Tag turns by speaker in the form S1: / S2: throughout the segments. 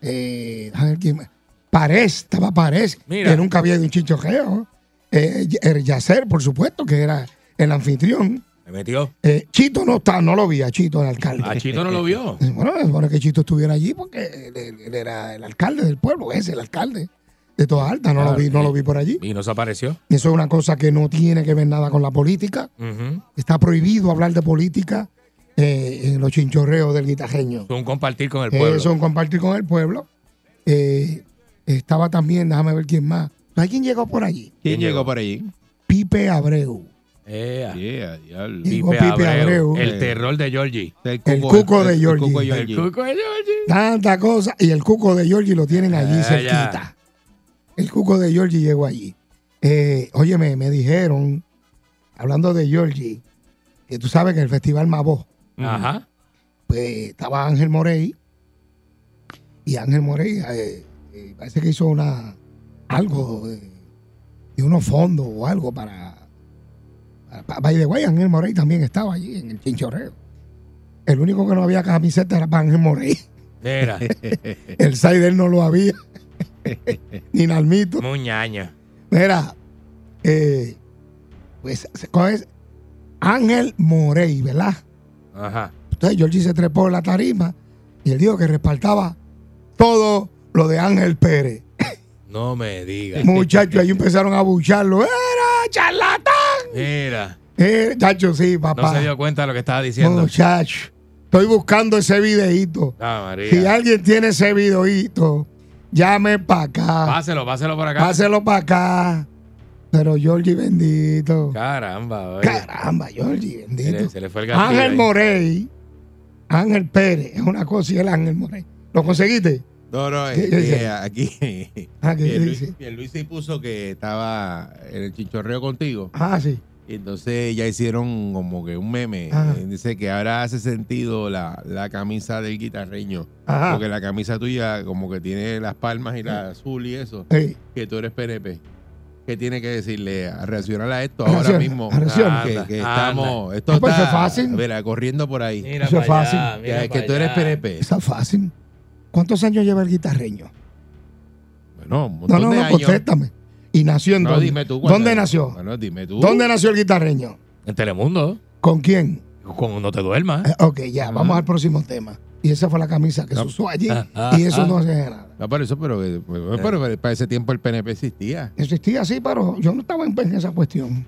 S1: eh, a ver quién más. Parés, estaba Parés,
S2: Mira.
S1: que nunca había ido a un chichojeo. Eh, el Yacer, por supuesto, que era el anfitrión.
S2: Me metió.
S1: Eh, Chito no está, no lo vi a Chito, el alcalde.
S2: A Chito no lo vio.
S1: Eh, Bueno, es bueno que Chito estuviera allí porque él, él- él era el alcalde del pueblo, es el alcalde de Toda Alta, no, lo,
S2: Claro,
S1: vi, no
S2: sí.
S1: lo vi por allí.
S2: Y no se apareció.
S1: Eso es una cosa que no tiene que ver nada con la política.
S2: Ujú.
S1: Está prohibido hablar de política eh, en los chinchorreos del guitajeño.
S2: Fue un compartir con el
S1: Eso
S2: pueblo.
S1: es un compartir con el pueblo. Eh, estaba también, déjame ver quién más. ¿Alguien llegó por allí?
S3: ¿Quién
S2: ¿Quién
S3: llegó
S2: llegó?
S3: por allí?
S1: Pipe Abreu.
S2: Ea.
S3: Yeah, diablo.
S1: Sí.
S2: Pipe
S1: Pipe
S2: Abreu,
S1: Abreu.
S2: El terror de Georgie.
S3: El
S1: cuco de
S3: el
S1: Georgie.
S3: cuco de
S2: El cuco de Georgie.
S1: Tanta cosa. Y el cuco de Georgie lo tienen allí
S2: Ah,
S1: cerquita.
S2: ya.
S1: El cuco de Georgie llegó allí. Eh, oye, me, me dijeron, hablando de Georgie, que tú sabes que en el Festival Mabó,
S2: Ajá.
S1: pues estaba Ángel Morey. Y Ángel Morey eh, eh, parece que hizo una algo de, de unos fondos o algo para. para- para- By the way, Ángel Morey también estaba allí en el chinchorreo. El único que no había camiseta era para Ángel Morey.
S2: Mira.
S1: El Sider no lo había. Ni Nalmito.
S2: Muy ñaño.
S1: Mira, eh, pues, ¿cómo es? Ángel Morey, ¿verdad?
S2: Ajá.
S1: Entonces Georgie se trepó en la tarima y él dijo que respaldaba todo lo de Ángel Pérez.
S2: No me digas.
S1: Muchachos, ahí empezaron a bucharlo. ¡Era charlatán!
S2: Mira.
S1: Eh, chacho, sí,
S2: No
S1: papá. Oh,
S2: se dio cuenta de lo que estaba diciendo.
S1: Muchacho, estoy buscando ese videíto.
S2: Ah, María.
S1: Si alguien tiene ese videíto, llame para acá.
S2: Páselo, páselo por acá.
S1: Ah. Páselo para acá. Pero Georgie, bendito.
S2: Caramba, oye.
S1: Caramba, Georgie,
S2: se, le,
S1: bendito.
S2: se le fue el gatillo.
S1: Ángel
S2: ahí.
S1: Morey, Ángel Pérez, es una cosa y el Ángel Morey. ¿Lo conseguiste?
S3: No, no,
S1: ¿Qué-
S3: eh,
S1: qué dice?
S3: eh, aquí.
S1: Ah, ¿qué dice?
S3: Luis se puso que estaba en el chichorreo contigo.
S1: Ah, sí.
S3: Y entonces ya hicieron como que un meme.
S1: Ajá.
S3: Eh, Dice que ahora hace sentido la, la camisa del guitarreño.
S1: Ajá.
S3: Porque la camisa tuya como que tiene las palmas y
S1: Ah.
S3: la azul y eso.
S1: Sí.
S3: Que tú eres PNP. ¿Qué tiene que decirle? A Reaccionar a esto ahora
S1: Reacciona,
S3: mismo.
S1: reacciona.
S3: Ah, Que, que
S2: Anda,
S3: estamos... Esto
S1: Ah, pues
S3: está
S1: fue fácil.
S3: Mira, corriendo por ahí.
S2: Mira
S1: Eso es
S2: pa' allá,
S1: fácil.
S2: mira
S3: que
S2: pa'
S3: que tú eres
S2: allá.
S3: PNP.
S1: Está fácil. ¿Cuántos años lleva el guitarreño?
S3: Bueno, un
S1: No,
S3: montón
S1: no,
S3: de
S1: no,
S3: años.
S1: contéstame. ¿Y nació en
S3: No,
S1: dónde?
S3: dime tú. cuando-
S1: ¿Dónde nació?
S3: Bueno, dime tú.
S1: ¿Dónde nació el guitarreño?
S2: En Telemundo.
S1: ¿Con quién?
S2: Con No Te Duermas.
S1: Eh, ok, ya, vamos al próximo tema. Y esa fue la camisa que se
S3: No.
S1: usó allí.
S2: Ah, ah,
S1: y eso
S2: ah.
S1: no hace nada.
S3: No, pero eso, pero, eh, pero- pero para ese tiempo el PNP existía.
S1: Existía así, pero yo no estaba en en esa cuestión.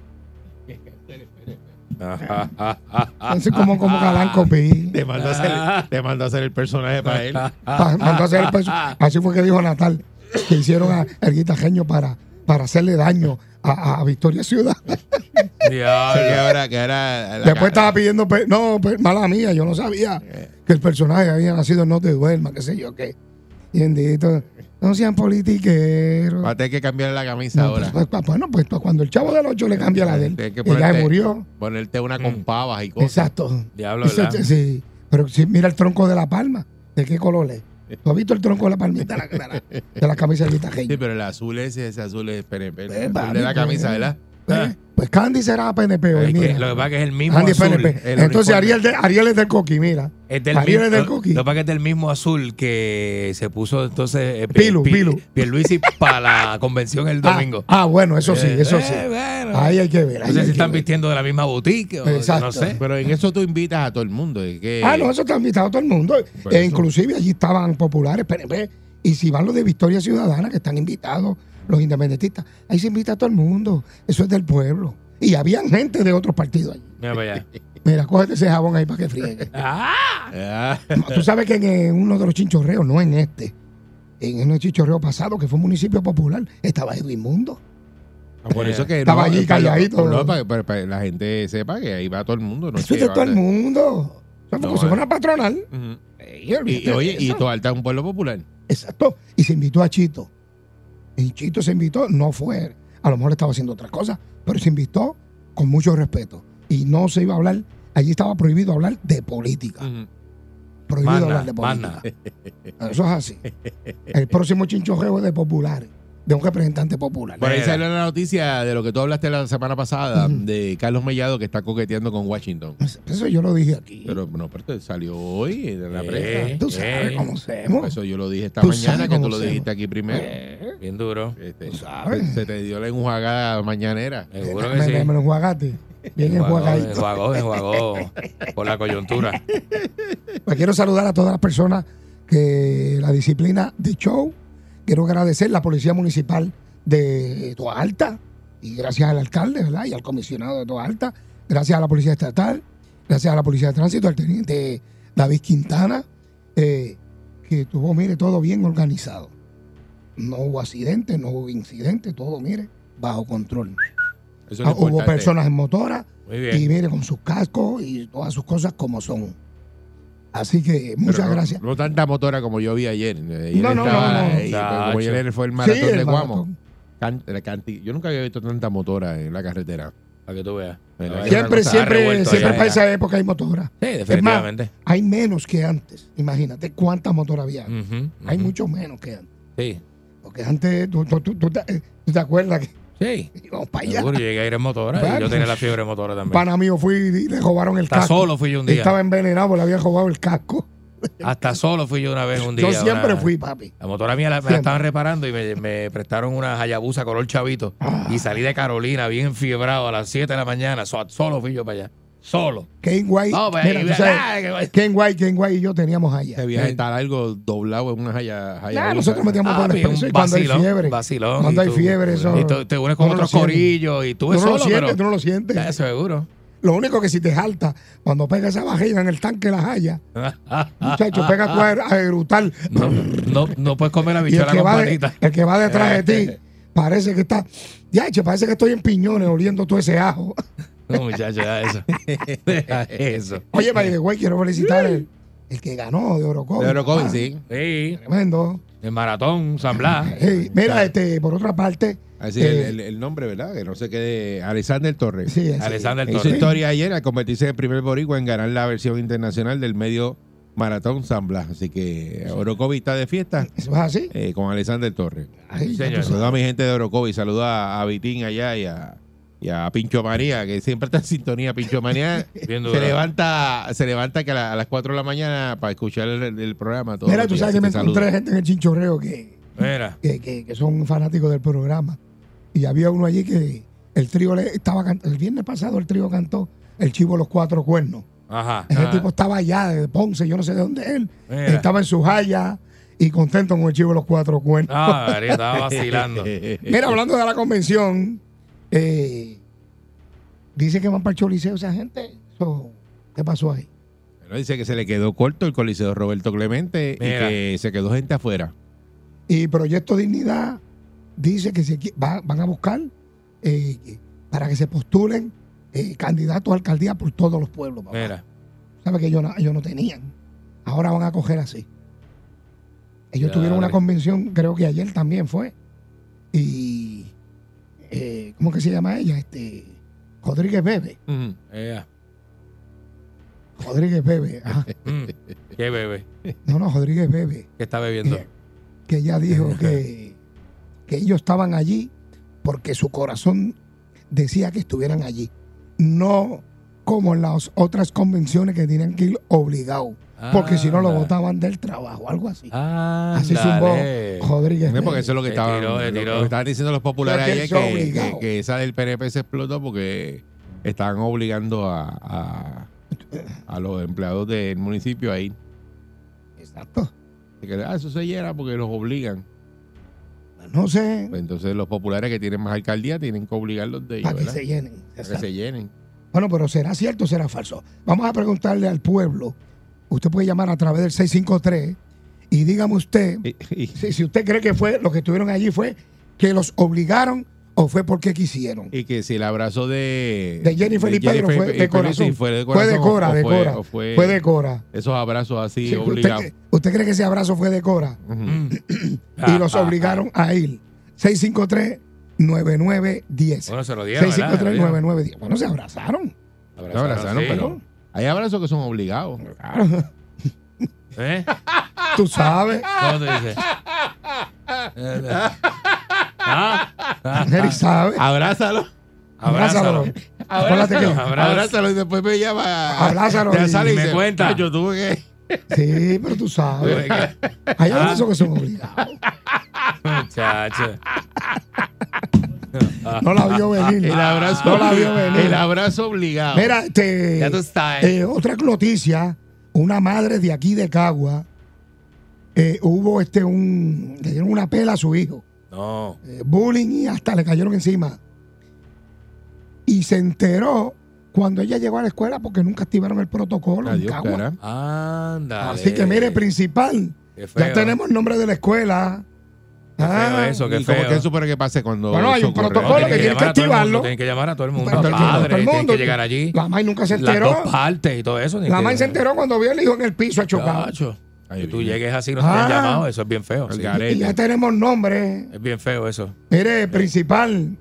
S3: Ah,
S1: Entonces, como, como Calanco Pi.
S3: Te mandó, a
S2: Ah.
S3: hacer, te mandó a hacer el personaje para él.
S1: Pa- mandó a hacer
S3: ah,
S1: el peso. Así fue que dijo Natal que hicieron a- al guitarreño para, para hacerle daño a, a Victoria Ciudad.
S3: Sí, que
S2: Diablo.
S3: ahora, que ahora la
S1: Después
S3: ca-
S1: estaba pidiendo, pe- no, pe- mala mía, yo no sabía
S3: Eh.
S1: que el personaje había nacido en No Te Duermas, qué sé yo qué. Y bendito, no sean politiqueros.
S3: Va a tener que cambiar la camisa
S1: No,
S3: ahora.
S1: pues, pues, bueno, pues, pues, cuando el chavo del 8 le cambia la de él,
S3: Tienes que
S1: y ya
S3: ponerte-
S1: murió.
S3: Ponerte una
S2: Mm.
S3: con pavas y cosas.
S1: Exacto.
S2: Diablo,
S1: Eso-
S2: ¿verdad?
S1: sí. Pero si mira el tronco de la palma, ¿de qué color es? ¿Tú has visto el tronco de la palmita de la, de la- de la camisa de Vita Hey?
S3: Sí, pero el azul ese, ese azul es PNP.
S1: Eh,
S3: El azul
S1: papi,
S3: de la camisa,
S1: eh.
S3: ¿verdad?
S1: ¿Eh? Pues Candy será PNP hoy,
S2: Es que
S1: mira.
S2: lo que pasa es que es el mismo
S1: Candy
S2: azul.
S1: PNP.
S2: el
S1: Entonces
S2: uniforme.
S1: Ariel, de- Ariel es del Coqui, mira.
S2: Es del
S1: Ariel
S2: mismo,
S1: es del
S2: lo-
S1: Coqui.
S2: Lo que pasa es que es del mismo azul que se puso entonces eh, Pi-
S1: Pilu,
S2: Pi-
S1: Pilu.
S2: Pierluisi para la convención el
S1: Ah,
S2: domingo.
S1: Ah, bueno, eso sí,
S2: Eh,
S1: eso
S2: eh,
S1: sí.
S2: bueno.
S1: Ahí hay que ver.
S2: no
S1: ahí
S2: sé
S1: hay
S2: si
S1: que
S2: están
S1: ver.
S2: vistiendo de la misma boutique o
S1: Exacto.
S2: no sé.
S3: Pero en eso tú invitas a todo el mundo. es que-
S1: Ah, no, eso está invitado a todo el mundo.
S3: Por
S1: E
S3: eso.
S1: inclusive allí estaban populares, PNP. Y si van los de Victoria Ciudadana, que están invitados, los independentistas, ahí se invita a todo el mundo. Eso es del pueblo. Y habían gente de otros partidos allí.
S2: Mira para allá.
S1: Mira, cógete ese jabón ahí para que friegue.
S2: ¡Ah!
S3: Ah,
S1: Tú sabes que en eh, uno de los chinchorreos, no en este, en el chinchorreo pasado, que fue un municipio popular, estaba Edwin Mundo.
S3: por
S2: Eh.
S3: eso que
S1: Estaba allí
S3: para-
S1: calladito.
S3: No, para, para- para que la gente sepa que ahí va todo el mundo. No
S1: eso
S3: que
S1: es de todo
S3: va-
S1: el mundo. O sea, porque
S3: No,
S1: si
S3: eh.
S1: fue una patronal.
S3: Ujú.
S1: eh,
S3: Y,
S1: olvídate
S3: y,
S1: de
S3: oye, y
S1: eso.
S3: Toalta es un pueblo popular.
S1: Exacto. Y se invitó a Chito. Y Chito se invitó, no fue. A lo mejor estaba haciendo otras cosas, pero se invitó con mucho respeto. Y no se iba a hablar, allí estaba prohibido hablar de política.
S2: Ujú.
S1: Prohibido
S2: Más
S1: hablar
S2: nada,
S1: de
S2: más
S1: política.
S2: nada.
S1: Eso es así. El próximo chinchojeo es de populares, de un representante popular.
S3: Por ahí
S2: Mira.
S3: salió la noticia de lo que tú hablaste la semana pasada,
S1: Ujú.
S3: de Carlos Mellado que está coqueteando con Washington.
S1: Eso yo lo dije aquí.
S3: Pero no, pero salió hoy en la
S2: Eh,
S3: prensa.
S1: Tú sabes
S2: eh,
S1: cómo hacemos.
S3: Eso yo lo dije esta
S1: Tú
S3: mañana,
S1: sabes
S3: que tú
S1: cómo
S3: lo
S1: se-
S3: dijiste aquí primero.
S1: Eh,
S2: Bien duro.
S3: Este,
S1: tú sabes.
S3: Se te dio la enjuagada mañanera.
S2: Seguro que
S1: me,
S2: sí.
S1: me- me lo enjuagaste. Bien enjuagadito.
S2: Enjuagó, enjuagó, enjuagó por la coyuntura.
S1: Pues quiero saludar a todas las personas que la disciplina de show. Quiero agradecer la Policía Municipal de Toa Alta y gracias al alcalde, ¿verdad? Y al comisionado de Toa Alta. Gracias a la Policía Estatal, gracias a la Policía de Tránsito, al teniente David Quintana, eh, que tuvo, mire, todo bien organizado. No hubo accidentes, no hubo incidentes, todo, mire, bajo control.
S3: Eso es
S1: Ah,
S3: lo
S1: hubo
S3: importante.
S1: personas en motora,
S2: Muy
S1: y
S2: bien.
S1: mire, con sus cascos y todas sus cosas como son. Así que
S3: Pero
S1: muchas
S3: no-
S1: gracias.
S3: No tanta motora como yo vi ayer. Eh, Ayer
S1: No, no,
S3: estaba
S1: no, no.
S3: ahí, pero como ayer fue el maratón
S1: Sí, el
S3: de Guamo.
S1: maratón.
S3: Can- la canti- yo nunca había visto tanta motora en la carretera.
S2: Para que tú veas.
S3: Bueno,
S2: Ahora
S3: Hay
S1: Siempre,
S2: una cosa
S1: siempre,
S2: revuelto
S1: siempre
S2: allá.
S1: para esa época hay motora.
S2: Sí, definitivamente.
S1: Hay menos que antes. Imagínate cuántas motoras había.
S2: Ujú, Mm, ujú.
S1: Hay mucho menos que antes.
S2: Sí.
S1: Porque antes, tú, tú- tú- tú te, eh, tú te acuerdas que
S2: Sí.
S1: íbamos para allá.
S2: Seguro llegué a ir en motora. y
S1: Claro.
S2: yo tenía la fiebre en motora también.
S1: Pana mío fui y le robaron el
S2: Hasta
S1: casco.
S2: solo fui yo un día.
S1: Estaba envenenado, porque le habían robado el casco.
S2: Hasta solo fui yo una vez un día.
S1: Yo siempre
S2: una-
S1: fui, papi.
S2: La motora mía la, me la
S1: Siempre.
S2: estaban reparando y me, me prestaron una Hayabusa color chavito.
S1: Ah.
S2: Y salí de Carolina bien fiebrado a las 7 de la mañana. So- solo fui yo para allá. Solo.
S1: Ken White.
S2: No, pues,
S1: mira,
S2: ahí-
S1: tú sabes,
S2: ah, que guay.
S1: Ken White, Ken White y yo teníamos allá.
S3: Ese viaje estar algo doblado en una haya.
S1: Nah, Eh, nosotros metíamos todo el
S2: Papi,
S1: expreso y cuando hay fiebre.
S2: Ah, vacilón,
S1: Cuando
S2: y
S1: hay
S2: tú-
S1: fiebre, eso.
S2: Y tú- te unes con
S1: tú no lo
S2: otros
S1: sientes.
S2: corillos y tú,
S1: Tú
S2: es
S1: no
S2: solo,
S1: lo sientes,
S2: pero-
S1: tú no lo sientes.
S2: Ya, seguro.
S1: Lo único que si te jalta, cuando pega esa vajilla en el tanque la haya, muchacho, pega tú a, er, a erutar.
S2: No, no, no puedes comer la
S1: Y el
S2: bichuela
S1: que,
S2: con
S1: va de-
S2: panita.
S1: el que va detrás de ti, parece que está. Ya, che, parece que estoy en piñones oliendo todo ese ajo.
S2: No, muchacho, ya eso. Deja eso.
S1: Oye, by the way, quiero felicitar el, el que ganó de Orocovi.
S3: Pero COVID,
S1: papá.
S3: sí.
S2: Sí,
S1: Tremendo.
S2: el maratón, San Blas.
S1: Hey, mira, este, por otra parte.
S3: Así
S1: eh,
S3: el, el- el nombre, ¿verdad? Que no se quede. Alexander Torres.
S1: sí, sí.
S2: Alexander
S3: Hizo
S2: Torres.
S3: historia ayer al convertirse en el primer boricua en ganar la versión internacional del medio maratón San Blas. Así que Orocovi está de fiesta
S1: Eso es así.
S3: eh, con Alexander Torres.
S1: Ay,
S2: Sí,
S1: ya
S2: señor.
S1: tú sabes.
S3: Saludo a mi gente de Orocovi, saludo a, a Vitín allá y a, y a Pincho María, que siempre está en sintonía. Pincho María
S2: Bien
S3: se
S2: duro.
S3: levanta, se levanta que a, la- a las 4 de la mañana para escuchar el, el programa. todos
S1: Mira,
S3: los
S1: tú
S3: días.
S1: sabes que
S3: Así
S1: me
S3: te saludo.
S1: encontré gente en el chinchorreo que,
S2: Mira.
S1: que, que- que son fanáticos del programa. Y había uno allí que el trío le estaba cantando. El viernes pasado el trío cantó El Chivo Los Cuatro Cuernos.
S2: Ajá.
S1: Ese
S3: Ah.
S2: ajá.
S1: tipo estaba allá de Ponce, yo no sé de dónde él.
S2: Mira.
S1: Estaba en su jaya y contento con el Chivo Los Cuatro Cuernos.
S2: Ah, María, estaba vacilando.
S3: Ah, eh,
S1: Mira, hablando de la convención, eh, dice que van para el Choliseo esa gente. Eso, ¿Qué pasó ahí?
S3: Bueno, dice que se le quedó corto el coliseo Roberto Clemente
S2: Mira.
S3: y que se quedó gente afuera.
S1: Y Proyecto Dignidad dice que se qui- va- van a buscar eh, para que se postulen eh, candidatos a alcaldía por todos los pueblos. papá.
S2: Mira,
S1: ¿Sabes que ellos no, ellos no tenían? Ahora van a coger así. Ellos
S2: Ya,
S1: tuvieron una
S2: dale.
S1: convención, creo que ayer también fue. Y. eh, ¿Cómo que se llama ella? Este. Rodríguez Bebe.
S2: mm,
S3: Ujú.
S2: ea.
S1: Rodríguez Bebe. ajá.
S2: Mm. ¿Qué bebe?
S1: No, no, Rodríguez Bebe.
S2: ¿Qué está bebiendo?
S1: Eh, que ella dijo que, que ellos estaban allí porque su corazón decía que estuvieran allí. No como en las otras convenciones que tenían que ir obligados, porque si no lo
S2: Anda.
S1: votaban del trabajo, algo así.
S2: Ah,
S1: así
S2: dale.
S1: zumbó Rodríguez. eh,
S3: Sí, porque
S1: Bebe.
S3: eso es lo que
S2: Se
S3: estaban,
S2: tiró, se
S3: lo-
S2: tiró.
S3: lo que estaban diciendo los populares
S1: Pero
S3: ayer,
S1: es
S3: que,
S1: que es obligado.
S3: que- que esa del PNP se explotó porque estaban obligando a, a, a los empleados del municipio a ir.
S1: Exacto.
S3: Así que, ah, eso se llena porque los obligan. Pues
S1: No sé,
S3: Entonces los populares que tienen más alcaldía tienen que obligarlos de ellos,
S1: para que
S3: ¿verdad?
S1: se llenen.
S3: Para que
S1: Exacto.
S3: se llenen.
S1: Bueno, pero ¿será cierto o será falso? Vamos a preguntarle al pueblo. Usted puede llamar a través del 653 y dígame usted
S3: Y- y-
S1: si, si usted cree que fue lo que estuvieron allí fue que los obligaron o fue porque quisieron.
S3: Y que si el abrazo de,
S1: De Jennifer y Pedro fue de corazón.
S3: sí, fue de
S1: Fue de
S3: corazón o-
S1: Cora,
S3: o
S1: de
S3: fue-
S1: Cora.
S3: o fue-
S1: Fue de Cora.
S3: Esos abrazos así
S1: Sí, usted,
S3: obligados.
S1: cre- usted cree que ese abrazo fue de Cora?
S3: Ujú.
S2: Mm.
S3: Ah,
S1: y los obligaron a ir. 653-9910.
S2: Bueno, se lo dieron, ¿verdad? Se lo dieron.
S1: 653-9910. Bueno, se abrazaron.
S3: No, abrazaron,
S2: sí.
S3: pero hay abrazos que son obligados.
S2: ¿Eh?
S1: Tú sabes,
S2: ¿Cómo te dices? ah, ah,
S1: Jerry sabe.
S3: Abrázalo.
S1: Abrázalo. Acuérdate que-
S3: Abrázalo y después me llama.
S1: Abrázalo
S3: Te
S1: y-
S3: sale
S2: y me
S3: dice,
S2: cuenta.
S3: "Yo tuve que-
S1: Sí, pero tú sabes. Hay
S3: Ah.
S1: abrazos que son obligados.
S2: Muchacho.
S1: No la vio venir.
S3: El abrazo,
S1: Ah, No la vio venir.
S3: el abrazo obligado.
S1: Mira, este.
S2: Ya tú sabes.
S1: Eh, otra noticia, una madre de aquí de Cagua, eh, hubo este un, le dieron una pela a su hijo,
S2: No.
S1: eh, bullying y hasta le cayeron encima. Y se enteró cuando ella llegó a la escuela porque nunca activaron el protocolo. en
S3: Adiós,
S1: Cagua.
S3: cara.
S2: Anda.
S1: Así que
S2: Eh,
S1: mire, principal, ya tenemos el nombre de la escuela. Ah,
S2: eso, qué
S3: y como
S2: feo.
S3: que eso para que pase cuando.
S1: Bueno, hay
S3: eso
S1: un
S3: ocurre.
S1: protocolo
S2: Tienen
S1: que tiene-
S3: Tiene
S1: tienes
S2: llamar a todo el
S1: activarlo.
S2: mundo, Tienen que llamar a todo el mundo.
S1: Pero todo el mundo, todo
S2: padre,
S1: el
S2: tienen
S1: mundo.
S2: que llegar allí.
S1: La MAI nunca se
S2: Las
S1: enteró.
S2: dos partes y todo eso.
S1: La MAI se enteró cuando vio al hijo en el piso achocado.
S2: Chacho.
S3: Ahí
S2: Que tú
S3: viene.
S2: llegues así no te hayan
S1: Ah.
S2: llamado. Eso es bien feo.
S3: El
S2: sí.
S3: garete.
S1: Y ya tenemos nombres.
S2: Es bien feo eso.
S1: Mire, principal.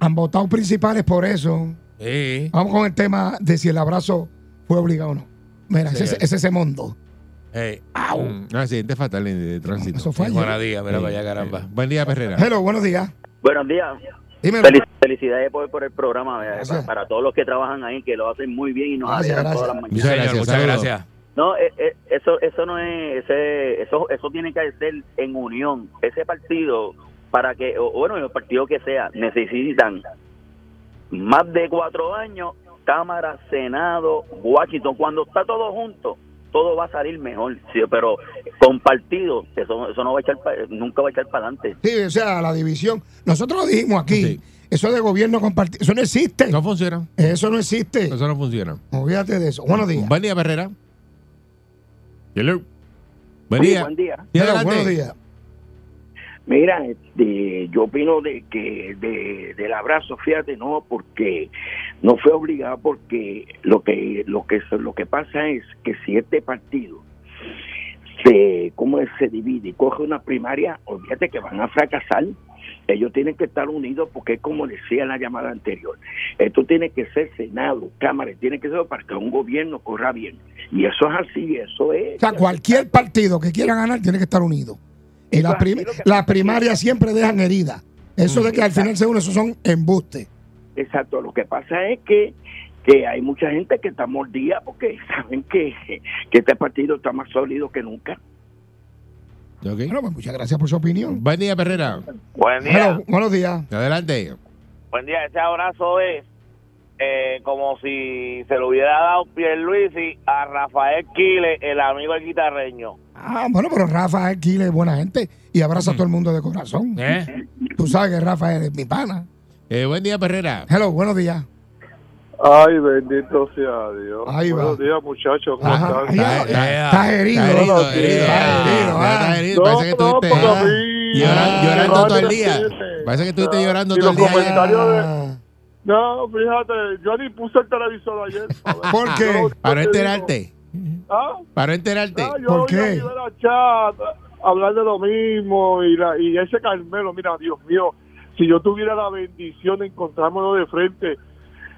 S1: Han votado principales por eso.
S2: Sí.
S1: Vamos con el tema de si el abrazo fue obligado o no. Mira,
S2: Sí,
S1: ese,
S3: eh.
S2: sí.
S1: ese se mondó. Ah.
S2: Hey,
S3: Mm, un accidente fatal en- de tránsito.
S1: Eso fue ayer.
S2: buena día, mira para allá,
S3: Eh,
S2: caramba.
S3: Buen día, Perrera.
S1: Hello, buenos días.
S4: Buenos días.
S1: Dímelo.
S4: Felic- felicidades por, por el programa. eh,
S1: Gracias.
S4: Para, para todos los que trabajan ahí, que lo hacen muy bien y nos
S1: Gracias,
S4: alegran
S1: gracias.
S4: todas las mañanas.
S3: Muchas
S2: Señor,
S3: gracias,
S2: muchas
S3: saludos.
S2: gracias.
S4: No, eh, eh, eso, eso no es, ese, eso, eso tiene que ser en unión. Ese partido, para que, o bueno, el partido que sea, necesitan más de cuatro años, Cámara, Senado, Washington. Cuando está todo junto, todo va a salir mejor. sí, pero con partido, eso, eso no va a echar, pa- nunca va a echar para adelante.
S1: Sí, o sea, la división. Nosotros lo dijimos aquí.
S3: Sí.
S1: Eso de gobierno compartido. Eso no existe.
S3: No funciona.
S1: Eso no existe.
S3: Eso no funciona.
S1: Olvídate de eso. Buenos días.
S3: Buen día, Perrera. Hello. Buen
S5: Sí,
S3: día.
S5: buen día.
S3: Sí,
S1: Hello,
S3: adelante.
S1: buenos días.
S5: Mira, este, yo opino de que de- del abrazo, fíjate, no, porque no fue obligado, porque lo que lo que lo que pasa es que si este partido se cómo es? se divide y coge una primaria, olvídate que van a fracasar. Ellos tienen que estar unidos porque es como decía en la llamada anterior. Esto tiene que ser Senado, Cámara, tiene que ser para que un gobierno corra bien. Y eso es así, eso es.
S1: O sea, cualquier partido que quiera ganar tiene que estar unido. Y las
S5: Claro,
S1: prim-
S5: y lo que-
S1: las primarias siempre dejan heridas.
S3: Mm.
S1: Eso de que al final se unen, eso son embustes.
S5: Exacto, lo que pasa es que, que hay mucha gente que está mordida porque saben que, que este partido está más sólido que nunca.
S3: Ok.
S1: Bueno, pues muchas gracias por su opinión.
S3: Buen día, Perrera.
S6: Buen día,
S1: Hello, buenos días.
S3: Adelante.
S6: buen día. Ese abrazo es eh, como si se lo hubiera dado Pierluisi a Rafael Quiles, el amigo del guitarreño.
S1: Ah, bueno, pero Rafa es Kile, buena gente y abraza a todo el mundo de corazón.
S2: ¿Eh?
S1: Tú sabes que Rafa es mi pana.
S3: Eh, buen día, Perrera.
S1: Hello, buenos días.
S7: Ay, bendito sea Dios.
S1: Ahí va.
S7: Buenos días, muchachos. ¿Cómo
S1: Ajá,
S7: están?
S1: ahí va.
S2: eh,
S1: Estás herido.
S3: Está herido,
S1: Estás
S3: herido.
S1: herido,
S3: Ah,
S1: ah.
S3: está herido. Parece que
S7: No, no,
S3: estuviste
S7: para
S3: ah,
S7: mí.
S3: llora-
S7: Ah,
S3: llorando todo el
S7: vale,
S3: día.
S7: siete.
S3: Parece que estuviste
S7: Ah,
S3: llorando
S7: y
S3: todo el
S7: los
S3: día.
S7: comentarios
S1: Ah,
S8: No, fíjate, yo ni puse el televisor ayer. joder.
S1: ¿Por qué?
S8: Yo- yo
S3: Ah, Para
S8: te
S3: enterarte.
S8: digo, ¿Ah?
S3: Para enterarte.
S8: Ah, yo
S1: ¿Por
S8: oí a
S1: qué?
S8: Rivera Chat a- hablar de lo mismo y, la, y ese Carmelo, mira, Dios mío, si yo tuviera la bendición de encontrármelo de frente,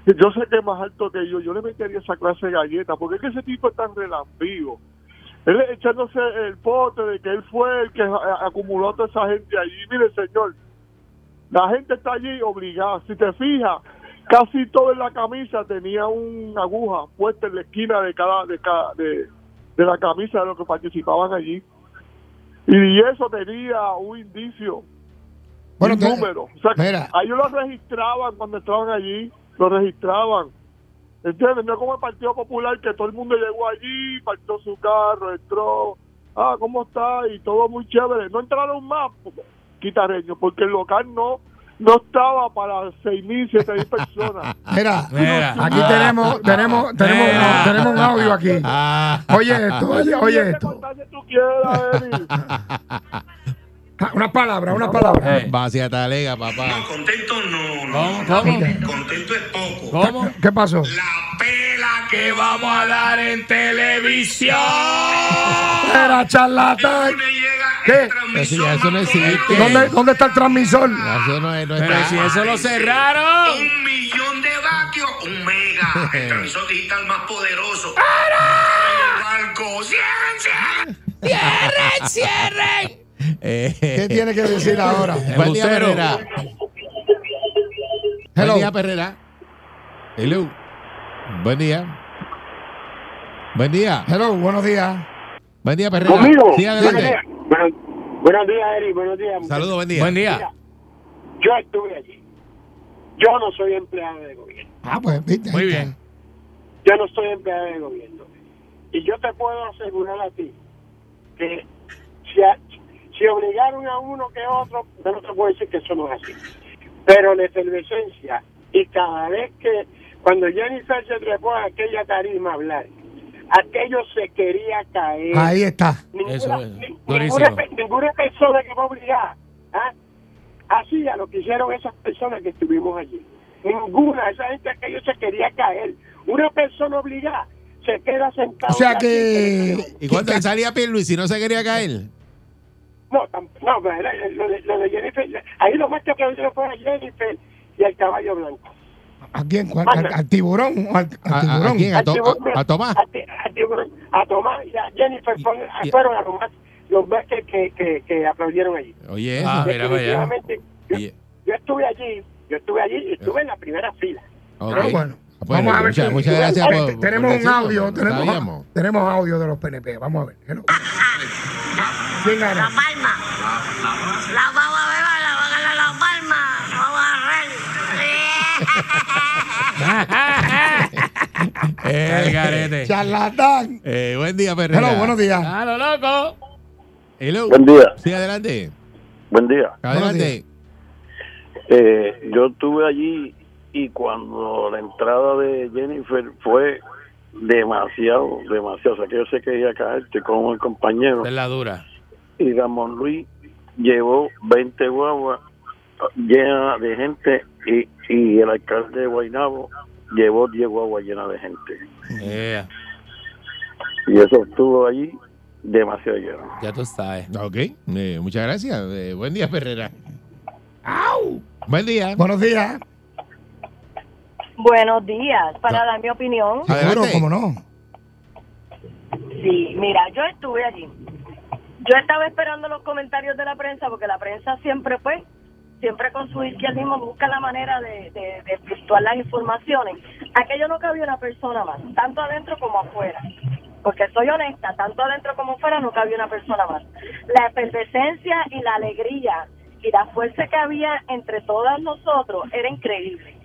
S8: yo sé que es más alto que yo, yo le metería esa clase de galletas, porque es que ese tipo es tan relampido. Él echándose el pote de que él fue el que a- acumuló a toda esa gente allí. Mire, señor, la gente está allí obligada. Si te fijas, casi todo en la camisa tenía una aguja puesta en la esquina de cada de, cada, de, de la camisa de los que participaban allí. Y eso tenía un indicio,
S1: Bueno,
S8: un
S1: te-
S8: número. O sea,
S1: mira.
S8: a ellos lo registraban cuando estaban allí, lo registraban. ¿Entiendes? No es como el Partido Popular, que todo el mundo llegó allí, partió su carro, entró, ah, ¿cómo está? Y todo muy chévere. No entraron más guitarreños, porque el local no no estaba para 6.000, 7.000 personas.
S1: Mira,
S2: Mira.
S1: aquí tenemos, tenemos, tenemos,
S2: Mira.
S1: tenemos un audio aquí.
S3: Ah,
S1: Oye esto, oye, oye
S8: Siete
S1: esto.
S8: constancias tú quieras, Eddie.
S1: Ah, Una palabra, una palabra.
S2: Eh,
S3: va hacia talega, Ah, papá.
S9: Contento no,
S2: ¿Cómo? ¿Cómo?
S9: Contento es poco.
S2: ¿Cómo?
S1: ¿Qué pasó?
S9: La pela
S2: Que vamos a dar en televisión.
S1: Era charlatán.
S9: llega
S1: ¿Qué?
S9: transmisor
S3: Eso ya- eso no
S9: más
S3: existe.
S9: poderoso.
S1: ¿Dónde, ¿Dónde está el transmisor?
S3: Eso no es, no
S2: Pero
S3: está.
S2: si eso lo cerraron.
S9: Un millón de vatios, un mega. El transmisor digital más poderoso. ¡Para! ¡Cierren,
S2: ¡Cierren, cierren!
S3: Eh,
S1: ¿Qué tiene que decir ahora?
S3: Buen día,
S2: Embustero.
S3: Perrera.
S1: Hello.
S3: Buen día, Perrera. Hello. Buen día. Buen día.
S1: Hello, buenos días.
S3: Buen día, Perrera.
S6: Conmigo.
S3: Sí, adelante.
S6: Bueno, buenos días, Eri. Buenos días.
S3: Saludos, buen día.
S2: Buen día.
S6: Yo estuve allí. Yo no soy empleado de gobierno.
S1: Ah, pues, viste. ahí
S2: Muy
S1: está.
S2: bien.
S6: Yo no soy empleado de gobierno. Y yo te puedo asegurar a ti que si, a- si obligaron a uno que otro, yo no te puedo decir que eso no es así. Pero la efervescencia, y cada vez que, cuando Jennifer se trepó a aquella tarima a hablar, aquello se quería caer.
S1: Ahí está.
S6: Ninguna,
S2: Eso es,
S6: ni-
S2: durísimo.
S6: Ninguna, pe- ninguna persona que va a obligar ¿ah? así a lo que hicieron esas personas que estuvimos allí. Ninguna, esa gente que yo se quería caer. Una persona obligada se queda sentada.
S1: O sea que.
S3: ¿Y cuando salía Pierluisi no se quería caer?
S6: No, tam- no, pero era- lo de, lo de Jennifer, ahí lo más que aplaudieron fue a Jennifer y al caballo blanco.
S1: ¿A quién? ¿Cuál? ¿Al, al tiburón? ¿Al, al
S3: ¿A, a- a
S1: tiburón? Ah,
S3: quién? ¿A, To- a- a Tomás?
S6: A, ti- a tiburón, a Tomás y a Jennifer fueron,
S3: y-
S6: fueron a los más, los más que, que, que, que aplaudieron allí.
S3: Oye, eso.
S2: Ah, mira, vaya.
S6: Definitivamente, yo-
S3: Oye,
S6: yo estuve allí, yo estuve allí y estuve en la primera fila.
S3: ok.
S1: Ah, bueno.
S3: Ah, bueno,
S1: Vamos a ver.
S3: muchas-
S1: qué-
S3: muchas gracias
S1: a ver,
S3: por-
S1: te-
S3: por
S1: este, tenemos un
S3: decirlo,
S1: audio.
S3: no
S1: Tenemos,
S3: sabíamos.
S1: tenemos audio de los PNP. Vamos a ver. Hello. ¿Quién gana?
S10: Palma. La vamos a beber, la va a ganar la palma. Vamos a
S2: El garete.
S1: Charlatán.
S3: Eh, buen día, Perrera.
S1: Hello, buenos días.
S2: ¡A lo loco!
S3: Hello.
S8: Buen día,
S3: Sí, adelante.
S8: buen día.
S3: Adelante.
S8: Eh, yo estuve allí y cuando la entrada de Jennifer fue demasiado, demasiado, o sea que yo sé que iba a caer, estoy con un compañero
S2: Es la dura.
S8: y Ramón Luis llevó 20 guaguas llenas de gente y, y el alcalde de Guaynabo llevó 10 guaguas llenas de gente
S2: Yeah,
S8: y eso estuvo allí demasiado lleno.
S2: ya tú sabes.
S3: Ok. Eh, muchas gracias. Eh, buen día, Perrera. Buen día.
S1: Buenos días.
S11: Buenos días. Para dar mi opinión,
S1: Ah. Seguro,
S3: Adelante.
S1: cómo no.
S11: sí, mira, yo estuve allí. Yo estaba esperando los comentarios de la prensa porque la prensa siempre, pues, siempre con su izquierdismo busca la manera de, de, de fluctuar las informaciones. Aquello no cabía una persona más, tanto adentro como afuera. Porque soy honesta, tanto adentro como afuera no cabía una persona más. La efervescencia y la alegría y la fuerza que había entre todas nosotros era increíble.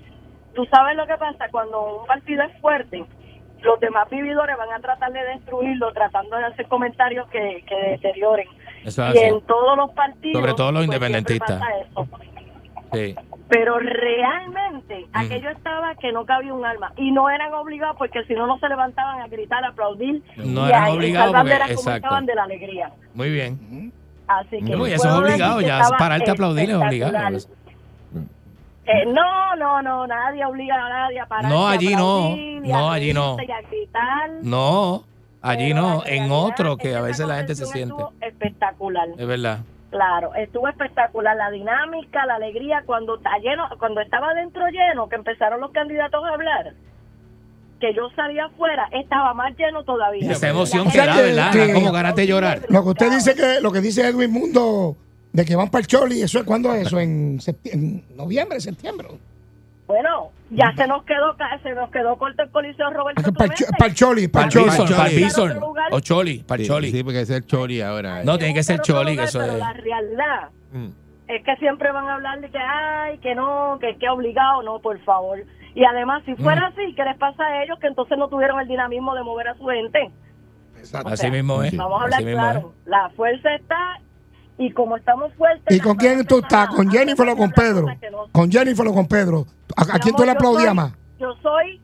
S11: Tú sabes lo que pasa cuando un partido es fuerte, los demás vividores van a tratar de destruirlo, tratando de hacer comentarios que, que deterioren.
S2: Eso es
S11: y
S2: así.
S11: en todos los partidos.
S2: Sobre todo los
S11: pues, siempre
S2: independentistas.
S11: pasa eso.
S2: Sí.
S11: Pero realmente aquello estaba que no cabía un alma y no eran obligados porque si no no se levantaban a gritar, a aplaudir
S2: No
S11: y
S2: eran
S11: a
S2: obligados
S11: obligados
S2: porque. Exacto.
S11: comenzaban de la alegría.
S2: Muy bien.
S11: Así que
S2: No, y
S11: puedo
S2: eso es
S11: decir
S2: obligado,
S11: que
S2: ya
S11: estaba
S2: pararte a aplaudir es pues.
S11: espectacular.
S2: obligado.
S8: Eh, no, no, no, nadie obliga a nadie a parar.
S2: No,
S8: y a
S2: allí no.
S8: aplaudir, y a
S2: No, allí no.
S8: reírse Y a gritar.
S2: No, allí no, en otro que a veces la gente se siente.
S8: Espectacular.
S2: Es verdad.
S8: Claro, estuvo espectacular la dinámica, la alegría cuando está lleno, cuando estaba dentro lleno, que empezaron los candidatos a hablar. Que yo salía afuera, estaba más lleno todavía.
S2: Y esa emoción
S8: La
S2: que
S8: gente-
S2: da, ¿verdad? Ana? ¿Cómo ganaste de llorar?
S1: Lo que usted dice que, lo que dice Edwin Mundo de que van para el Choli, eso es cuando eso, en, septi- en noviembre, septiembre.
S8: Bueno, ya se nos quedó ca- se nos quedó corto el coliseo Roberto
S1: Para el, Choli, para el Choli.
S2: Palbison,
S3: Choli.
S2: Palbison. O Choli,
S3: Sí,
S2: Palcholi.
S3: Sí, porque ese es el Choli ahora.
S2: No, tiene que ser Choli, que eso
S8: pero
S2: es.
S8: la realidad
S3: Mm.
S8: es que siempre van a hablar de que ay, que no, que que obligado, no, por favor. Y además, si
S2: Mm.
S8: fuera así, ¿qué les pasa a ellos que entonces no tuvieron el dinamismo de mover a su gente?
S2: Así mismo es.
S8: Vamos a hablar
S2: Así mismo es.
S8: claro. La fuerza está y como estamos fuertes.
S1: ¿Y con quién tú estás? ¿Con Jennifer o con Pedro? Con Jennifer o con Pedro. ¿A, a quién tú le
S8: Yo soy-
S1: aplaudías más?
S8: Yo soy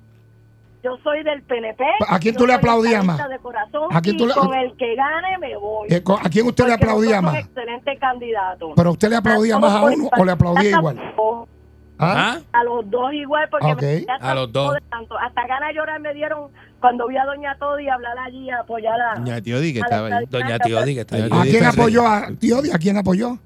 S8: yo soy del PNP.
S1: ¿A quién
S8: yo
S1: tú le
S8: soy
S1: aplaudías más?
S8: estadista de corazón
S1: ¿A quién tú
S8: y
S1: le-
S8: con el que gane me voy.
S1: Eh, con- ¿A quién usted le
S8: Porque
S1: aplaudía
S8: nosotros
S1: más?
S8: Excelente candidato.
S1: ¿Pero usted le aplaudía más a uno o le aplaudía igual? ¿Ah?
S2: ¿Ah?
S8: A los dos igual, porque
S1: Ok.
S8: me- ya
S2: A
S8: tanto-
S2: los dos.
S8: de tanto. Hasta ganas de llorar me dieron cuando vi a Doña Todi hablar allí, apoyar a.
S3: Doña Tiodi que
S8: a la
S3: estaba ahí.
S2: Doña Tiodi que está ahí.
S1: ¿A
S3: Tiodi
S1: quién
S3: Ferrer.
S1: apoyó a Dios? ¿A quién apoyó?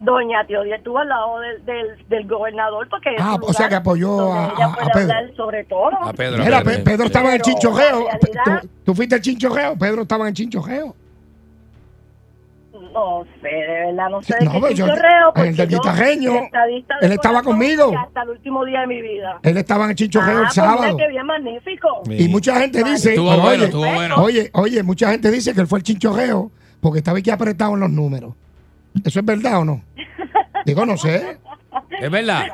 S8: Doña Teodí estuvo al lado del, del, del gobernador porque es
S1: Ah,
S8: un
S1: o sea
S8: lugar
S1: que apoyó
S8: donde
S1: a,
S8: ella
S1: a- a
S8: puede
S1: Pedro.
S8: hablar sobre todo.
S2: A Pedro. a
S1: Mira, Pe-
S2: Pedro.
S1: Pedro estaba en el
S8: Pero,
S1: chinchojeo.
S8: en
S1: Pe-
S8: realidad-
S1: ¿Tú, tú fuiste el chinchojeo, Pedro estaba en el chinchojeo.
S8: No sé, de verdad, no sé.
S1: Sí, no,
S8: de
S1: pero
S8: qué
S1: yo-
S8: chinchorreo, porque
S1: el del
S8: yo,
S1: guitarreño,
S8: estadista de
S1: él estaba
S8: corazón,
S1: conmigo.
S8: y Hasta el último día de mi vida.
S1: Él estaba en el chinchojeo
S8: Ah,
S1: el
S8: pues
S1: sábado.
S8: mira que bien magnífico.
S1: Y mucha gente dice,
S2: Estuvo
S1: pero
S2: bueno,
S1: oye,
S2: estuvo bueno.
S1: oye, oye, mucha gente dice que él fue el chinchorreo porque estaba aquí apretado en los números. ¿Eso es verdad o no? Digo, no sé.
S2: Es verdad.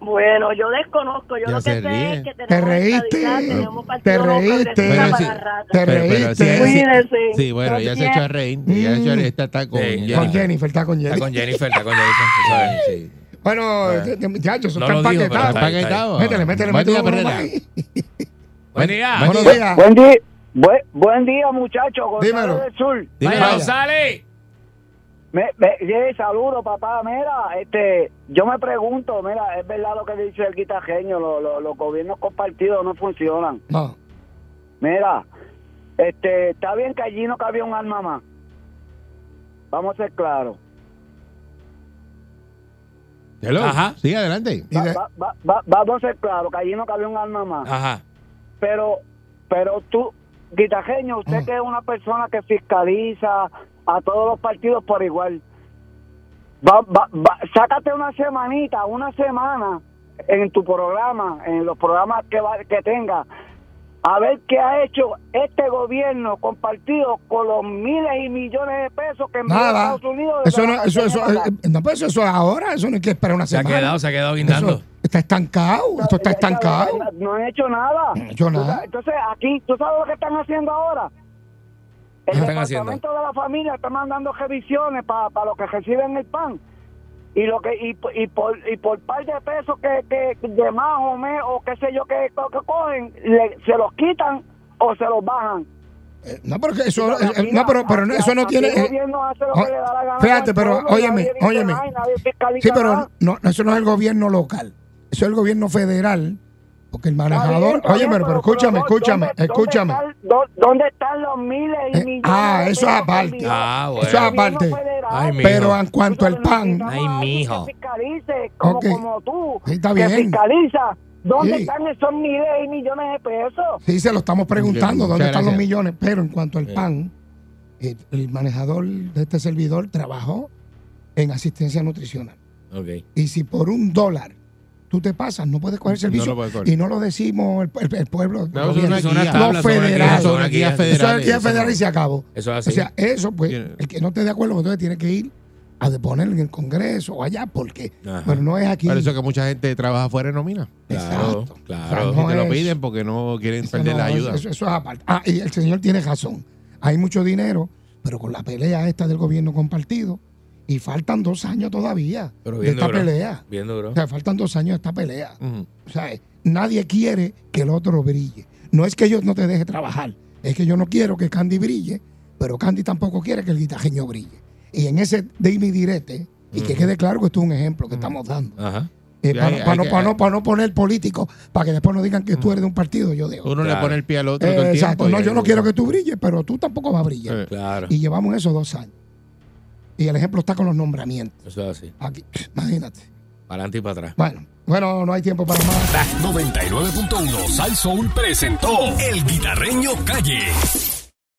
S8: Bueno, yo desconozco. Yo
S3: Ya
S8: lo
S3: se
S8: que sé
S3: ríe.
S8: es que tenemos
S1: Te reíste,
S8: estadidad, tenemos partido
S1: te
S8: no
S1: reíste,
S8: progresista
S3: Pero sí,
S8: para rato.
S1: te
S3: Pero- pero
S1: reíste.
S3: sí,
S8: Cuídense.
S3: Sí, bueno, ya se echó a reír. Ya se echó a reír, está, está con.
S2: Sí,
S1: Con
S3: Jennifer.
S1: Jennifer, Mm. está con
S2: Está
S1: Jennifer.
S2: con Jennifer, está con Jennifer. tú sabes.
S3: Sí.
S1: Bueno, eh, eh, muchachos, eso
S2: No
S1: está
S2: lo dijo,
S1: empaquetado.
S2: pero está-
S3: Empaquetado.
S1: Métele, métele,
S3: Buen
S1: métele.
S3: día,
S1: uno
S3: Perrera.
S1: más ahí.
S2: Buen día.
S3: Buen
S1: Buenos
S3: día.
S1: días.
S5: Buen día, buen, buen día muchachos, Gonzalo
S1: Dímelo.
S5: del Sur.
S2: Vaya,
S3: Dímelo.
S2: González.
S5: Me, me- sí, saludo, papá. Mira, este, yo me pregunto, mira, es verdad lo que dice el guitajeño, lo- lo- los gobiernos compartidos no funcionan.
S1: No,
S5: Mira, este, está bien que allí no cabía un alma más. Vamos a ser claros.
S3: Hello.
S2: Ajá.
S3: Sí, adelante.
S1: y
S5: Va-
S1: de-
S5: va- va- va- vamos a ser claros, que allí no cabía un alma más.
S2: Ajá.
S5: pero pero tú guitajeño usted
S1: Mm.
S5: que es una persona que fiscaliza a todos los partidos por igual va, va- va- sácate una semanita una semana en tu programa en los programas que va, que tenga a ver qué ha hecho este gobierno compartido con los miles y millones de pesos que envió a
S1: nada.
S5: Estados Unidos desde
S1: Eso
S5: la
S1: no, eso, eso,
S5: pandemia.
S1: eh, no, pues eso es ahora, eso no hay que esperar una
S2: Se ha
S1: semana.
S2: quedado, se ha quedado
S1: Eso
S2: guindando.
S1: está estancado, esto pues está
S5: Ya, ya,
S1: estancado.
S5: ya, No han hecho nada.
S1: No han hecho nada.
S5: Tú sabes- Entonces, aquí, ¿tú sabes lo que están haciendo ahora? El
S2: ¿Qué están
S5: departamento de la familia está mandando revisiones para los que reciben el pan. Y lo que y, po- y por y por par de pesos que, que de más o menos o qué sé yo que, que cogen, le- se los quitan o se los bajan.
S1: Eh, No, porque eso,
S5: Pero
S1: eh,
S5: aquí
S1: no,
S5: la-
S1: pero, pero no-
S5: aquí-
S1: eso no
S5: aquí
S1: tiene.
S5: El
S1: eh,
S5: gobierno hace lo
S1: oh,
S5: que le da la gana
S1: fíjate,
S5: al
S1: pero
S5: pueblo y nadie
S1: óyeme,
S5: dice
S1: óyeme.
S5: nada y nadie fiscaliza
S1: Sí, pero
S5: nada.
S1: no, no, eso no es el gobierno local, eso es el gobierno federal, porque el
S5: Está
S1: manejador.
S5: bien, está
S1: Óyeme,
S5: bien,
S1: pero escúchame,
S5: ¿dó-
S1: escúchame,
S5: dónde-
S1: escúchame.
S5: ¿dónde, están- dó- dónde están los miles y
S1: Eh,
S5: millones?
S1: ah,
S5: de
S1: eso es
S5: pesos
S1: aparte.
S5: que envió
S2: Ah,
S5: el
S2: bueno.
S1: Eso es
S5: gobierno
S1: aparte.
S5: federal?
S2: Ay, mi-
S1: Pero
S2: mijo.
S1: en cuanto al pan,
S5: Necesitamos
S2: Ay,
S5: a alguien
S2: mijo.
S5: Que fiscalice, como,
S1: Ok.
S5: como tú,
S1: Sí, está
S5: que
S1: bien.
S5: fiscaliza. ¿Dónde
S1: Sí.
S5: están esos miles y millones de pesos?
S1: Sí, se lo estamos preguntando,
S3: Muchas
S1: ¿dónde están los
S3: gracias.
S1: millones? Pero en cuanto al
S3: Sí.
S1: pan, eh, el manejador de este servidor trabajó en asistencia nutricional.
S2: Ok.
S1: Y si por un dólar tú te pasas, no puedes coger servicio.
S3: lo puedes coger.
S1: Y no lo decimos el, el- el pueblo.
S3: No, eso
S1: bien,
S3: es una
S1: eso
S3: guía.
S1: tabla,
S2: Los
S1: son una guía,
S2: federales.
S1: son
S3: una guía
S2: Eso-
S1: es el
S3: federales,
S1: día
S3: eso
S1: federal y
S3: no.
S1: se acabó.
S2: Eso es
S1: O
S2: así.
S1: sea, eso, pues,
S3: Tiene-
S1: el que no esté de acuerdo, entonces tiene que ir a deponer en el Congreso o allá, porque,
S2: Ajá.
S1: pero no es aquí.
S3: Por eso que mucha gente trabaja afuera en nómina.
S2: Claro,
S1: Exacto.
S2: claro.
S1: No
S3: Y te lo
S1: es-
S3: piden porque no quieren
S1: Eso
S3: perder
S1: no,
S3: la ayuda.
S1: Eso, eso es aparte. Ah, y el señor tiene razón. Hay mucho dinero, pero con la pelea esta del gobierno compartido, y faltan dos años todavía
S2: Pero
S1: de
S2: bien
S1: esta
S2: duro.
S1: pelea.
S2: Bien duro.
S1: O sea, faltan dos años de esta pelea.
S3: Ujú.
S1: O sea, eh, nadie quiere que el otro brille. No es que yo no te deje trabajar, es que yo no quiero que Candy brille, pero Candy tampoco quiere que el guitajeño brille. Y en ese de y mi direte, Y que quede claro que esto es un ejemplo que estamos dando.
S2: Ajá.
S1: Eh,
S3: Sí,
S1: para,
S3: hay-
S1: no- para
S3: hay
S1: no,
S3: que-
S1: para no- para no poner político, para que después no digan que tú eres de un partido, yo de otro.
S3: Uno le
S2: Claro.
S3: pone el pie al otro todo
S1: Eh,
S3: el tiempo.
S1: exacto.
S3: y
S1: No,
S3: ahí-
S1: yo no quiero que tú brilles, pero tú tampoco vas a brillar.
S3: Eh,
S2: Claro,
S1: Y llevamos esos dos años. Y el ejemplo está con los nombramientos.
S2: eso es así.
S1: Aquí, imagínate.
S2: Para adelante y para atrás.
S1: Bueno, bueno, no hay tiempo para más.
S12: 99.1 Sal Soul presentó El Guitarreño Calle.